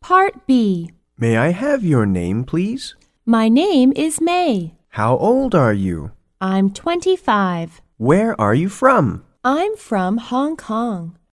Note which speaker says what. Speaker 1: Part B.
Speaker 2: May I have your name, please?
Speaker 1: My name is May.
Speaker 2: How old are you?
Speaker 1: I'm 25.
Speaker 2: Where are you from?
Speaker 1: I'm from Hong Kong.